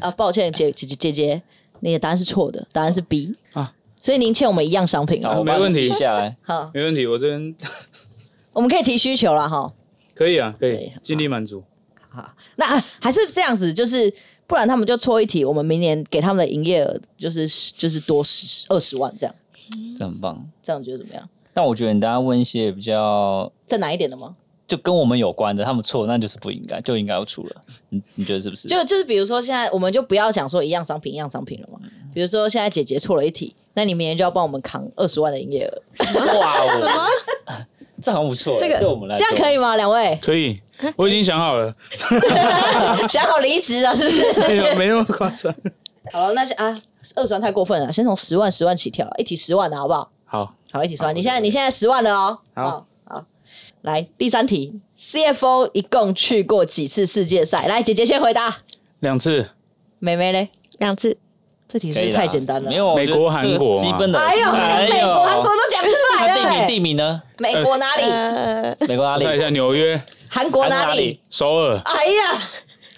啊，抱歉，姐姐姐姐姐，你的答案是错的，答案是 B 啊
啊，
所以您欠我们一样商品
好，
哦。
我帮
没问
你
题
记下来。
好，
没问题，我这边
我们可以提需求了哈。
可以啊，可
对
以尽力满足。
好，那啊还是这样子，就是不然他们就错一题，我们明年给他们的营业额就是就是多十二十万这样，
这很棒。
这样你觉得怎么样？
那我觉得你大家问一些比较
再难一点的吗？
就跟我们有关的，他们错，那就是不应该，就应该要出了。你你觉得是不是？
就就是比如说现在我们就不要想说一样商品一样商品了嘛，比如说现在姐姐错了一题，那你明年就要帮我们扛二十万的营业额，
哇哦，什么？ 这好像不错，
这个
对我们来
这
说
样可以吗？两 位
可以，我已经想好了，
想好离职了是不是？
没有没那么夸张。
好了，那先啊，二十万太过分了，先从十万、十万起跳，一题十万的好不好？
好，
好，一题十万，你现在你现在十万了哦。
好
好，来第三题，CFO 一共去过几次世界赛？来，姐姐先回答，
两次，
妹妹嘞，
两次
这题是
可
不
以
是
啦
太简单了。
没，有
美国
我觉得
韩
这个
国嘛啊
基本的，
哎呦，连美国、韩国都讲出来
那地
了、
名
欸，
地名呢？
美国哪里？
呃，
美国哪
我看一
里？
下纽约、
韩国
韩
哪
国哪
里
里？
首尔，
哎呀，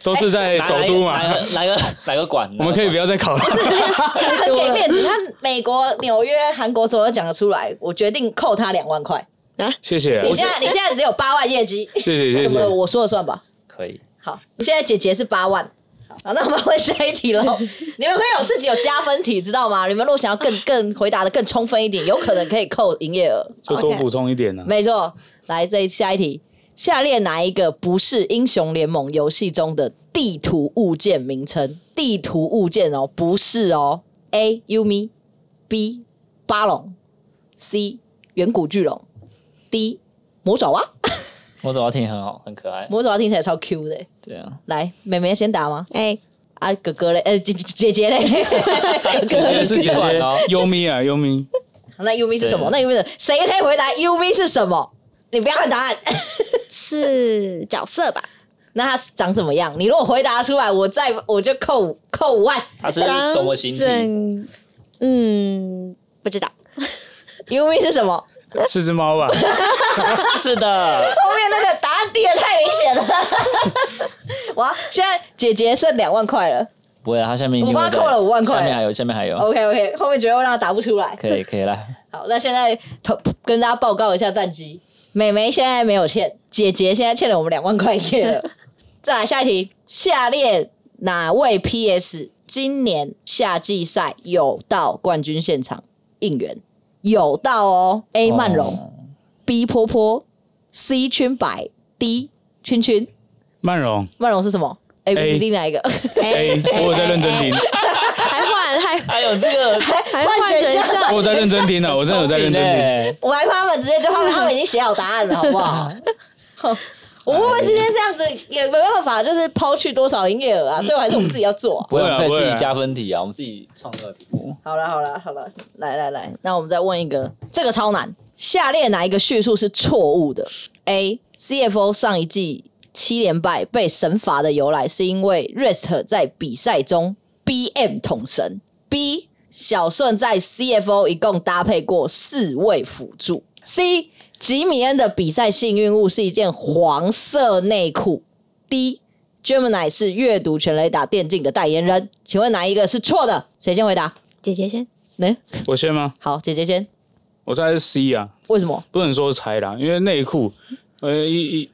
都是在哎首都
哎
嘛。
哪个哪个哪个馆？
我们可以不要再考了。
很给面子，他美国纽约、韩国所有都讲得出来，我决定扣他两万块。
谢谢，啊
你现在你现在只有八万业绩，
谢谢谢
怎么
谢
了？。我说了算吧。
可以。
好，现在姐姐是八万。好，那我们问下一题 喽。你们会有自己有加分题，知道吗？你们如果想要更更回答的更充分一点，有可能可以扣营业额。
就多补充一点啊 呢、
没错，来这一下一题，下列哪一个不是英雄联盟游戏中的地图物件名称？地图物件哦，不是哦。A. 优米 b 巴龙，C. 远古巨龙，D. 魔爪哇。
我怎么听很好，很可爱。
魔爪哇听起来超 Q 的欸。
对啊，
来，妹妹先打吗？
哎，
啊，哥哥嘞，呃，姐姐姐姐嘞，
姐
姐姐是姐
习惯
姐
了哦，
优咪啊，优咪，
那 U V 是什
对
么？那 U V 是谁可以回答 U V 是什么？你不要问答案。
是角色吧？
那他长怎么样？你如果回答出来，我再我就扣五扣五万。
它是什么形体？
整嗯，不知道，
U V 是什么？
是只 猫吧？
是的，
后面那个答案低的太明显了。哇，现在姐姐剩两万块了，
不会啊，它下面一定
我
会
帮他
在
扣了五万块哦
下面还有，下面还有，
OK OK，后面绝对会让他答不出来。
可以可以来，
好，那现在头跟大家报告一下战绩。美眉现在没有欠，姐姐现在欠了我们两万块钱了。再来下一题，下列哪位 PS 今年夏季赛有到冠军现场应援？有到哦，A 曼荣、
哦
b 坡坡，C 圈白，D 圈圈。
曼荣
曼荣是什么？A B C D 哪一个？哎
A，我
哎
有在认真听，
还换还
还有这个，
还哎换选项，
哎
我有在认真听 啊的，我真的有在认真听。
欸
我还怕他们直接就他们他们已经写好答案了，好不好？我会不会今天这样子也没办法，就是抛去多少营业额啊？最后还是我们自己要做啊、
不会啊，我
不会啊
们可以自
不会啊
己加分题啊，我们自己创造题目。
好了好了好了，来来来，那我们再问一个，这个超难。下列哪一个叙述是错误的？A. CFO 上一季七连败被神罚的由来是因为 Rest 在比赛中 BM 统神。B. 小顺在 CFO 一共搭配过四位辅助。C. 吉米恩的比赛幸运物是一件黄色内裤。D. Gemini 是阅读全雷达电竞的代言人。请问哪一个是错的？谁先回答？
姐姐先，
呢、
我先吗？
好，姐姐先。
我猜是 C 啊，
为什么？
不能说猜啦，因为内裤，呃，依依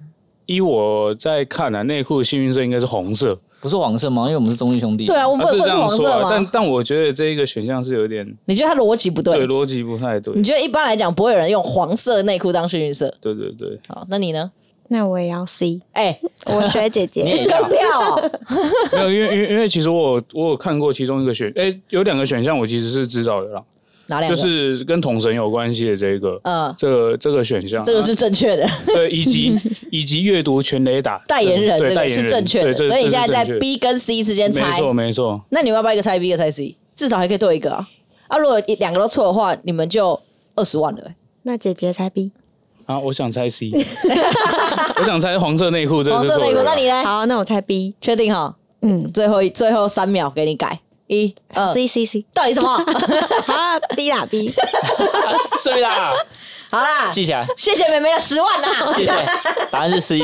依我在看啊，内裤的幸运色应该是红色，
不是黄色吗？因为我们是中立兄弟。
对啊，我
啊
们不
是
不
这
是
样
黄
说
色
啊，但
吗？
但我觉得这一个选项是有点
你觉得它逻辑不
对
对？
逻辑不太对
你，觉得一般来讲不会有人用黄色内裤当幸运色？
对对 对，
好，那你呢？
那我也要 C，
哎、
我学姐
你也
姐，
要
跟票哦、
没有，因为因为因为其实我有我有看过其中一个选，哎、有两个选项我其实是知道的啦，
哪两
就
个？
是跟统神有关系的这个，
嗯，
这个这个选项，啊
这个是正确的，
对，以 及以及阅读全雷达
代言人
对
这
代
个
言
是
人
正确的，
对，这
所以你现在在
这是正确的
B 跟 C 之间
没
猜。
错没错，
那你们要不要一个猜 B 一个猜 C？至少还可以对一个啊。啊，如果一两个都错的话，你们就二十万了、欸。
那姐姐才 B。
啊，我想猜 C，我想猜黄色内裤，这个
黄
是
色内
错
裤，
的
那你呢？
好，那我猜 B，
确定哈？
嗯
最后一最后三秒给你改，一、二，
，C C C，
到底什 么？
好了，B 啦 B，
啊睡啦，
好啦，
记起来，
谢谢妹妹的十万啦！
谢谢。答案是 C，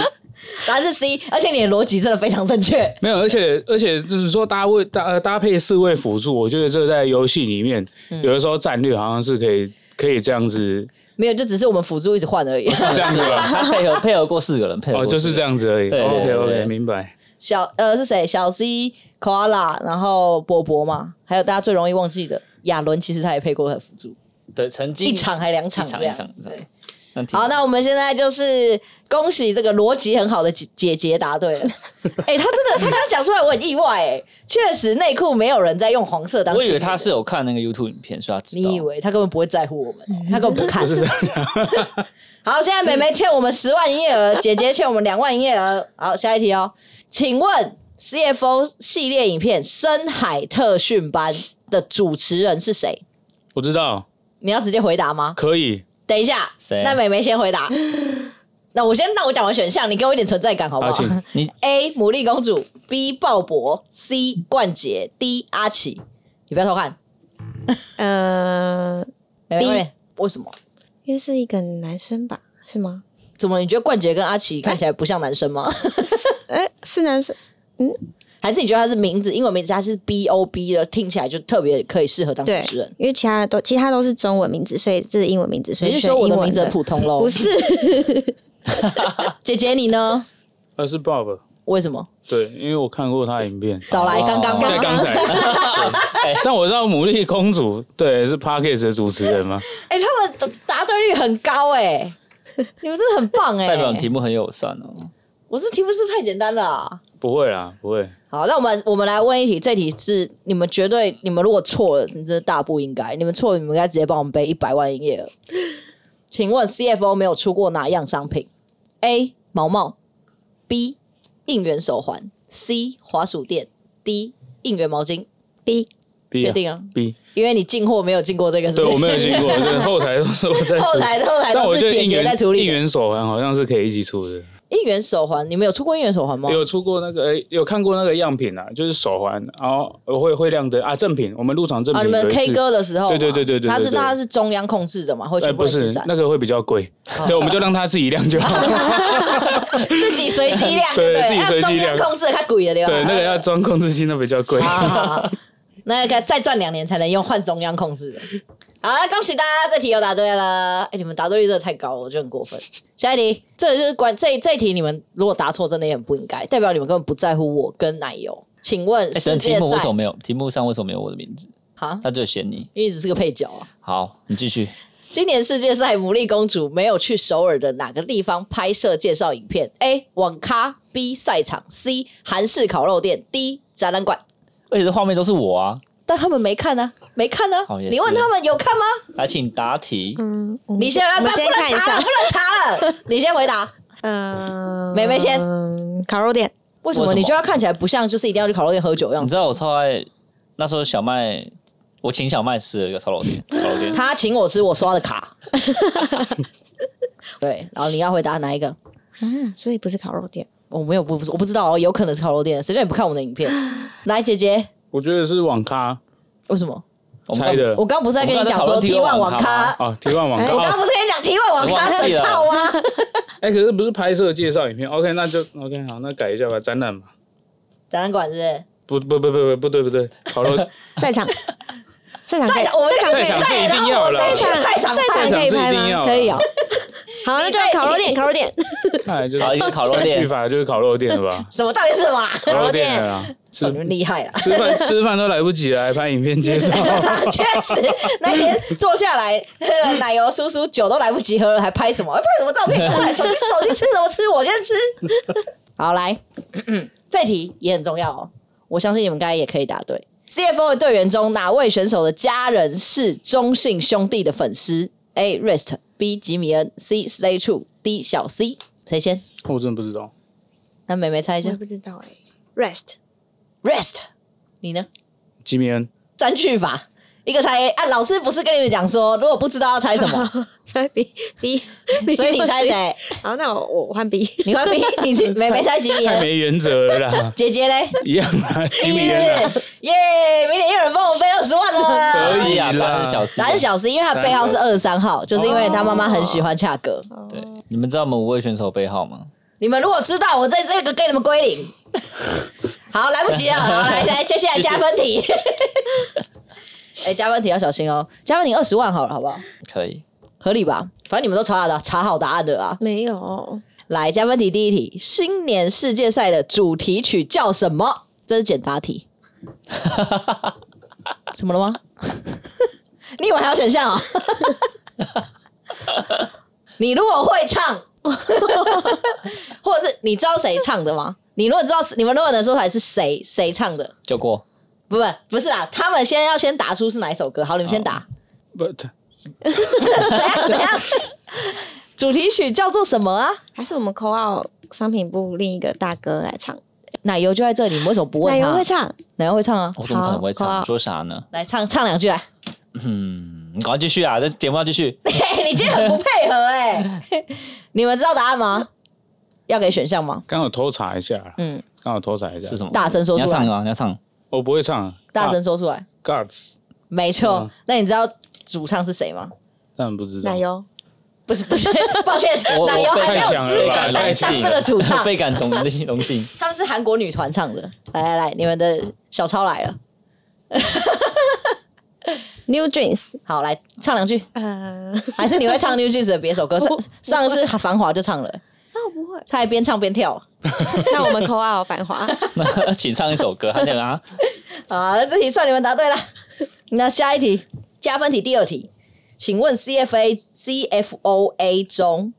答案是 C，而且你的逻辑真的非常正确。
没有，而且而且就是说搭位搭呃搭配四位辅助，我觉得这在游戏里面、
嗯
有的时候战略好像是可以可以这样子，
没有，就只是我们辅助一直换而已。
哦
这样子吧？
他配合配合过四个人，配合
哦，
过
就是
四
这
个人。
样子而已。
对对
OK
对
OK，
对
明白。
小呃是谁？小 C、Koala，然后波波嘛，还有大家最容易忘记的亚伦，其实他也配过辅助，
对，曾经
一场还两场
一
这
场一
样
场。一场
对。
那挺
好，那我们现在就是恭喜这个逻辑很好的姐姐姐答对了。哎、他真的，他刚讲出来我很意外哎、确实内裤没有人在用黄色当。
我以为他是，有看那个 YouTube 影片，所以他知道。
你以为他根本不会在乎我们，哦
嗯
他根本不看。
不是 这样讲，
好，现在美眉欠我们十万营业额，姐姐欠我们两万营业额。好，下一题哦，请问 CFO 系列影片《深海特训班》的主持人是谁？
我知道，
你要直接回答吗？
可以。
等一下，
谁啊
那美眉先回 答。那我先，那我讲完选项，你给我一点存在感好不
好，
好
请
你
？A. 牡蛎公主，B. 鲍勃，C. 冠杰，D. 阿奇。你不要偷看，
呃，
美眉
B
快点，为什么？
因为是一个男生吧，是吗？
怎么你觉得冠杰跟阿奇看起来不像男生吗？
哎，是男生，
还是你觉得他是名字英文名字，他是 B O B 的，听起来就特别可以适合当主
对
持人。，
因为其他的都其他都是中文名字，所以这是英文名字，所
你
以
是
选
说我
英
的
文
名字很普通喽？
不，是，
姐姐你呢？
呃，是 Bob，
为什么？
对，因为我看过他的影片，
少来
哦
刚刚
在
吗？
刚才。
哎
但我知道牡蛎公主，对，是 Parkes 的主持人吗？
哎、他们的答对率很高哎、你们真的很棒哎、
代表你题目很友善哦。
我这题目是不是太简单了啊、
不会啦，不会。
好，那我们我们来问一题，这题是你们绝对，你们如果错了，你真的大不应该，你们错了，你们应该直接帮我们背一百万营业额。请问 CFO 没有出过哪样商品？A. 毛毛，B. 应援手环，C. 滑鼠垫，D. 应援毛巾。
B
B
确
啊
定啊，
B，
因为你进货没有进过这个，是
对
不
我
是？
没有经过，对，后台都是我在 出
后台后台
但
都
我
是
觉得
姐
应
姐
援
在处
应
理的。
援手环好像是可以一起出的。
一元手环，你们有出过一元手环吗？
有出过那个，诶有看过那个样品啊，就是手环，然后呃会会亮灯啊，正品，我们入场正
啊，
品
你
有一次。
们 K 歌的时候嘛，
对对对对对对
它是
对
那它是中央控制的嘛，会
呃，
全部
不
人吃
是
散，
那个会比较贵，对，我们就让它自己亮就好了。
自己随机量，
对
对，
自己随机
啊中
量
央控制它鬼的地方，
对，那个要装控制器，那比较贵。
好好好， 那个再赚两年才能用换中央控制的。好了，恭喜大家，这题又答对了。哎、你们答对率真的太高了，我觉得很过分。下一题，这个就是关这这一题，你们如果答错，真的也很不应该，代表你们根本不在乎我跟奶油。请问
哎，
世
等题
界
目为
赛
什么没有？题目上为什么没有我的名字？
啊？
他只有写你。
因为只是个配角啊。
好，你继续。
今年世界赛，牡蛎公主没有去首尔的哪个地方拍摄介绍影片？A. 网咖 B. 赛场 C. 韩式烤肉店 D. 展览馆。
而且这画面都是我啊！
但他们没看呢、啊，没看呢、啊。
哦也是
你问他们有看吗？
来，请答题。
嗯，我们
你先，哎
我
不
们先
能
看一
查了
下
不，能查 了。你先回答，
嗯，
妹妹先
嗯，烤肉店，
为什
为
么
什么
你就要看起来不像就是一定要去烤肉店喝酒的样
你
子？
知道我超爱那时候小麦，我请小麦吃了一个烧肉 店，烧肉
嗯
店。
他请我吃我刷的 卡。 对，然后你要回答哪一个？
嗯，所以不是烤肉店，
我没有不我不知道哦，有可能是烤肉店，谁叫你不看我们的影 片？来，姐姐，
我觉得是网咖
为什么？
我们
猜的
我刚不是在跟你讲
呃我们刚才讨论
说
提
提
问
问
网
网
咖
咖，
哦，提问网咖。
我刚
哦
刚不是跟你讲提问网咖整
啊
套吗？
哎，可是不是拍摄介绍影片？OK，那就 OK，好，那改一下吧，展览吧。
展览馆是不是？
不不不不不不对不对，烤肉
赛场，赛场可
赛
以，
场我们
赛场可以
赛场是一定要啦
赛，场
赛场
赛
赛场可以
赛场
拍
是一定要啊啦
吗？可以哦。好，那就
你在？
烤肉店，烤肉店，
看来就
好一
是
个烤肉店
去法就是烤肉店了 吧
什么到底是什么 啊？
烤肉店了啦，吃
哦 你们厉害了。
吃饭 吃饭都来不及了，还拍影片介绍。
确实，那天坐下来， 那个奶油叔叔酒都来不及喝了，还拍什么？哎拍什么照片？快手机手机吃什么吃？我先吃。好，来，这题也很重要哦，我相信你们刚才也可以答对。CFO 的队员中，哪位选手的家人是中信兄弟的粉丝？A. Rest B. 吉米恩 C. Slay True D. 小 C。谁先？
我真的不知道，
那妹妹猜一下
我。不知道哎，rest，
Rest，你呢？
吉米恩
三句法，一个猜 A 啊。老师不是跟你们讲说，如果不知道要猜什么，
所以 B B，
所以你猜？谁？
好，那我我我换 B，
你会 比你是没没猜吉米
太
恩，，
没原则了啦
姐姐嘞？
一样
哎
啊，吉米恩啊，
耶！明天一人帮我背二十万啊
可
了。
以啦
答案是啊小 C
答案是小 C，因为他背号是二十三号，就是
哦
因为他妈妈很喜欢恰哥。
对，你们知道我们五位选手背号吗？
你们如果知道，我在这个给你们归 零。好，来不及了，好来来，接下来加分题。 哎，加分题要小心哦，加分题二十万好了，好不好？
可以。
合理吧？反正你们都查好答查好答案的啊。
没有，
来，加分题第一题，新年世界赛的主题曲叫什么？这是简答题。 怎么了吗？ 你以为还有选项啊、 你如果会唱， 或者是你知道谁唱的吗？你如果知道，你们如果能说出来是谁谁唱的，
就过。
不不不是啦，他们先要先打出是哪一首歌。好，你们先打，
不，
怎样怎样？主题曲叫做什么啊？
还是我们 call out 商品部另一个大哥来唱，
奶油就在这里，你们为什么不问
奶
他
油？会唱，
奶油会唱啊，
我怎么可能会
好
唱？你说啥呢？
来唱唱两句来。
嗯，你赶快继续啊！这节目要继续。
嘿，你今天很不配合哎、你们知道答案吗？要给选项吗？
刚好偷查一下啦，
嗯，
刚好偷查一下
是什么？
大声说
你要
出
唱
来，
吗？你要唱？
我不会唱，啊
大声说出来，
Guards，
没
嗯
错。那你知道主唱是谁吗？
但不知道
奶油，
不是不 是，抱歉
我，
奶油
我被，
还没有
太强了
资格
吧太
担
强
当
了
这个主 唱
倍感荣幸荣幸。
他们是韩国女团唱的。来来来，你们的小超来了，
New Jeans，
好来唱两句，
呃，
还是你会唱 New Jeans 的别首歌？上上次繁华就唱了，
那我不 会，
他还边唱边跳。
那我们 call out 繁华，
那请唱一首歌，他讲啊，
好，那这题算你们答对了。 那下一题，加分题第二题，请问 CFA CFOA 中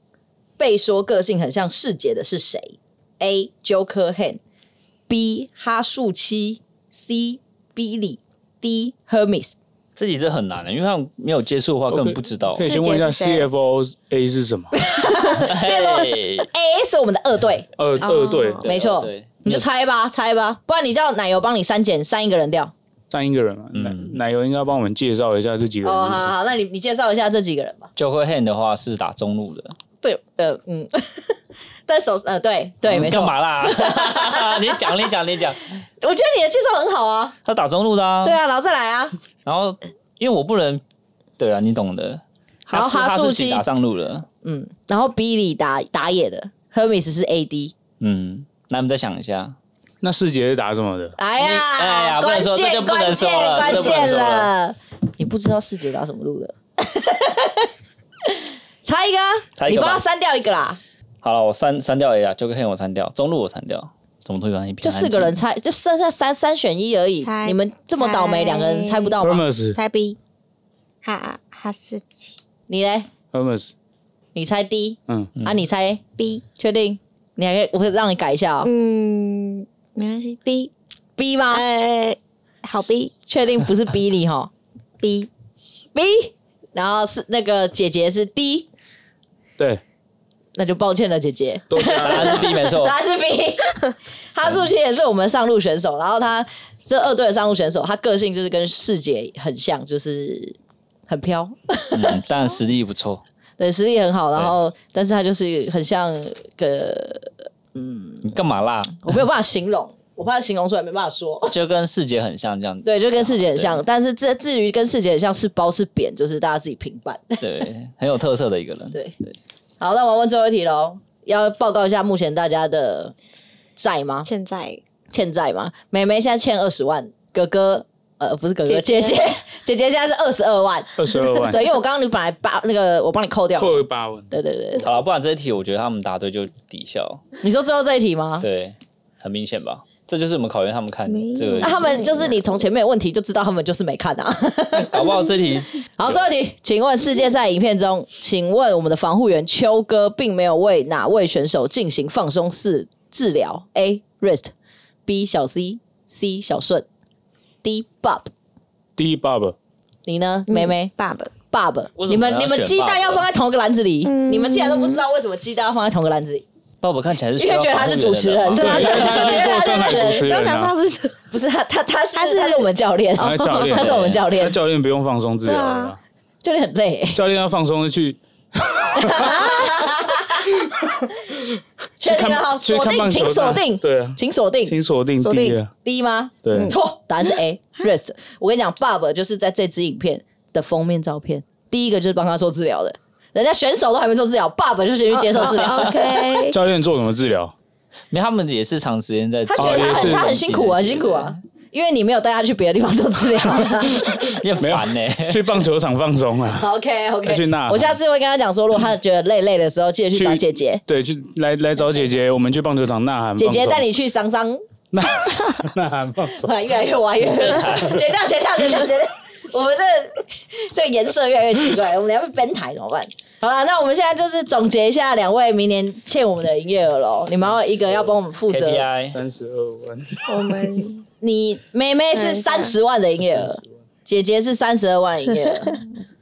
被说个性很像世杰的是谁？A. Joker Han，B. 哈树七，C. Billy，D. Hermes。
这题真的很难的，因为他们没有接触的话，根本不知道
嗯可。以先问一下
世界是谁
CFO A 是什么？
嘿
A 是我们的二队，
嗯
二二队
对
没错
对，
你就猜吧，猜吧，不然你叫奶油帮你删减，删一个人掉。
占一个人嘛。
嗯
奶奶油应该帮我们介绍一下这几个
哦，
人
好
是
好
谁。
好，那你你介绍一下这几个人吧。
Joker Hand 的话是打中路的，
对，呃，嗯， 但手呃，对对，没错
嗯干。嘛啦？ 你讲，你讲，你讲。
我觉得你的介绍很好啊，
他打中路的啊，
对啊，然后再来啊，
然后因为我不能，对啊，你懂的。
然后
是
哈
哈
士
士
奇
奇打上路了，
嗯，然后比利打打野的，Hermes 是 AD。
嗯，那我们再想一下，
那世杰是打什么的？
哎
你哎
呀，
呀
关键
不能说这就不能说了
关键
这就不能
关键
说
了，你不知道世杰打什么路的， 猜一个啊，
猜一
你
个吧
帮他删掉一个啦，
好了，我删删掉 A 啊，九个黑我删掉，中路我删掉，怎么突然一片
就
安
四个人
静，
猜，就剩下三三选一而已
猜。
你们这么倒霉，
猜
两个人猜不到吗？
Hermes
猜 B，哈哈士奇
你嘞，
Hermes，
你猜 D
嗯，
啊？你猜
B，
确定？你还可以，我可以让你改一下哦
嗯，没关系，B，
，B 吗？
呃，好 B
哎确定不是 B 你哈
B，
B，然后是那个姐姐是 D，
对，
那就抱歉了，姐姐。
都加
答案是 B 没错，
答案是 B。哈树其实也是我们上路选手，然后他这二队的上路选手，他个性就是跟世姐很像，就是很飘，
嗯，但实力不错，
对，实力很好，然后但是他就是很像个，
你干嘛啦？
我没有办法形容，我怕形容出来没办法说。
就跟世杰很像这样，
对，就跟世姐很像，
对
但是这至于跟世姐很像是包是扁，就是大家自己评判。
对，很有特色的一个人，
对好，那我问最后一题喽，要报告一下目前大家的债吗？
现在
欠债嘛，妹妹现在欠二十万，哥哥呃不是哥哥，姐
姐姐
姐姐姐现在是二十二万。
二十二万，
对，因为我刚刚你本来把那个我帮你扣掉，
扣了八万。
对对对，对
好了，不然这一题我觉得他们答对就抵消，
你说最后这一题吗？
对，很明显吧？这就是我们考验他们看
没有
这个
那，他们就是你从前面的问题就知道他们就是没看啊。
搞不好这题
好，最后一题，请问世界赛影片中，请问我们的防护员秋哥并没有为哪位选手进行放松式治疗？A. Wrist，B. 小 C，C. 小顺，D. Bob。
第一
哦
Bob，
你呢，嗯妹妹？
爸爸
Bob，
为什么
你们
要
你们
选
鸡蛋
Bob？
要放在同一个篮子里，
嗯
你们竟然都不知道为什么鸡蛋要放在同一个篮子里，
鲍勃看起来是需
因为
要
觉得他是主持
防
人，
护
是
员的
吧？
对因为他嗯是做上海主持人啊
刚想说他不是
不是他他他是他是他是我们教练，
他教 练，
他是我们教
那
练，
教练不用放松治疗了
对
啦
啊，
教练很累，
教练要放松去
确定了哈，
看去
锁
看
定，
棒球
请
的
锁定，
对啊，
请锁定嗯
请锁定
锁
第一
定
啊，
D 吗？
对，
错，答案
啊
是 A rest。我跟你讲，Bob 就是在这支影片的封面照片，第一个就是帮他做治疗的，人家选手都还没做治疗，Bob 就先去接受治
哦
疗。
OK，
教练做什么 治疗？
因为他们也是长时间在，
他觉得他很、他很辛苦啊，很辛苦啊，因为你没有带他去别的地方做治疗。
对，也很 烦呢、
去棒球场放松啊，
OK
要去
OK，
呐喊
我下次会跟他讲说，如果他觉得累累的时候，记得去找姐姐，
对，去来来找姐姐，我们去棒球场呐喊，
姐姐带你去桑桑，
呐呐喊放松。
哇，越来越歪，越来越剪掉，剪掉，剪掉，剪掉。我们这这个颜色越来越奇怪，我们等一下被崩台怎么办？好了，那我们现在就是总结一下两位明年欠我们的营业额喽。你们要一个要帮我们负责，
KPI
三十二万，
我们
你妹妹是三十万的营业额，姐姐是三十二万营业额，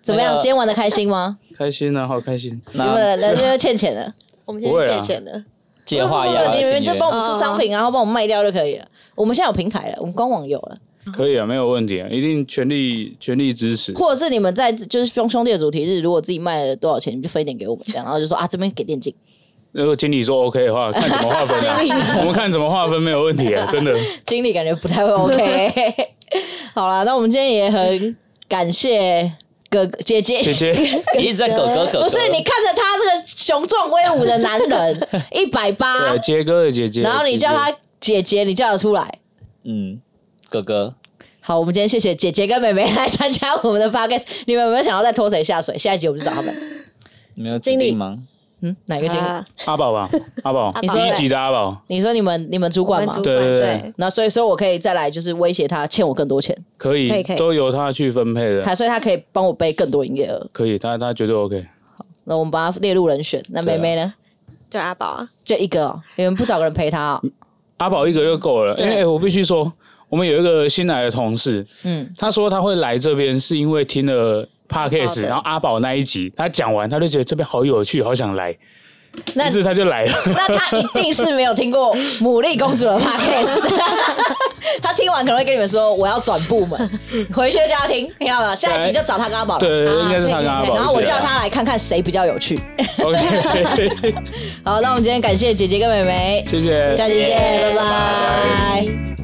怎么样？
那个
今天玩的开心吗？
开心啊，好开心！
你们人家就欠钱了，
我们
不会啊
了，
借话
不不
呀，
不你们就帮我们出
嗯
商品，然后帮我们卖掉就可以了。我们现在有平台了，我们官网有了，
可以啊，没有问题啊，一定全力全力支持。
或者是你们在就是兄兄弟的主题日，如果自己卖了多少钱，你就分一点给我们，这样，然后就说啊这边给电竞，
如果经理说 OK 的话，看怎么划分 啊。我们看怎么划分没有问题啊，真的。
经理感觉不太会 OK。好 啦，那我们今天也很感谢哥哥姐姐。
姐姐，
你一直在狗狗狗狗，
啊不是你看着他这个雄壮威武的男人，一百八
对，，杰哥的姐姐。
然后你叫他姐姐，你叫得出来。
嗯，哥哥，
好，我们今天谢谢姐姐跟妹妹来参加我们的 podcast。你们有没有想要再拖谁下水？下一集我们去找他 们。
没有指定吗？
嗯，哪一个经理？
啊
阿宝吧，阿宝，
阿
第
宝
一集的阿宝，
你说你们你们主
我
管
们
吗
主？
对
管
对对
对，
那所以，所以我可以再来，就是威胁他欠我更多钱，
可
可以
以
可以，
都由他去分配的，
他所以他可以帮我背更多营业额。
可以，他他绝对 OK。
那我们把他列入人选。
啊
那妹妹呢？
就阿宝啊，
就一个、哦，你们不找个人陪他、 哦？
阿宝一个就够了，因为我必须说，我们有一个新来的同事，
嗯，
他说他会来这边是因为
哦
听了 podcast，然后阿宝那一集，他讲完他就觉得这边好有趣，好想来。
那
于是他就来 了。
那他一定是没有听过牡蛎公主的 podcast，他 听完可能会跟你们说我要转部门，回去就叫他听，听到没有？下一集就找他跟阿宝了。
对，应该是他跟阿宝一起来。
然后我叫他来看看谁比较有趣。
OK，
好，那我们今天感谢姐姐跟妹妹，
谢谢，
下期见，拜拜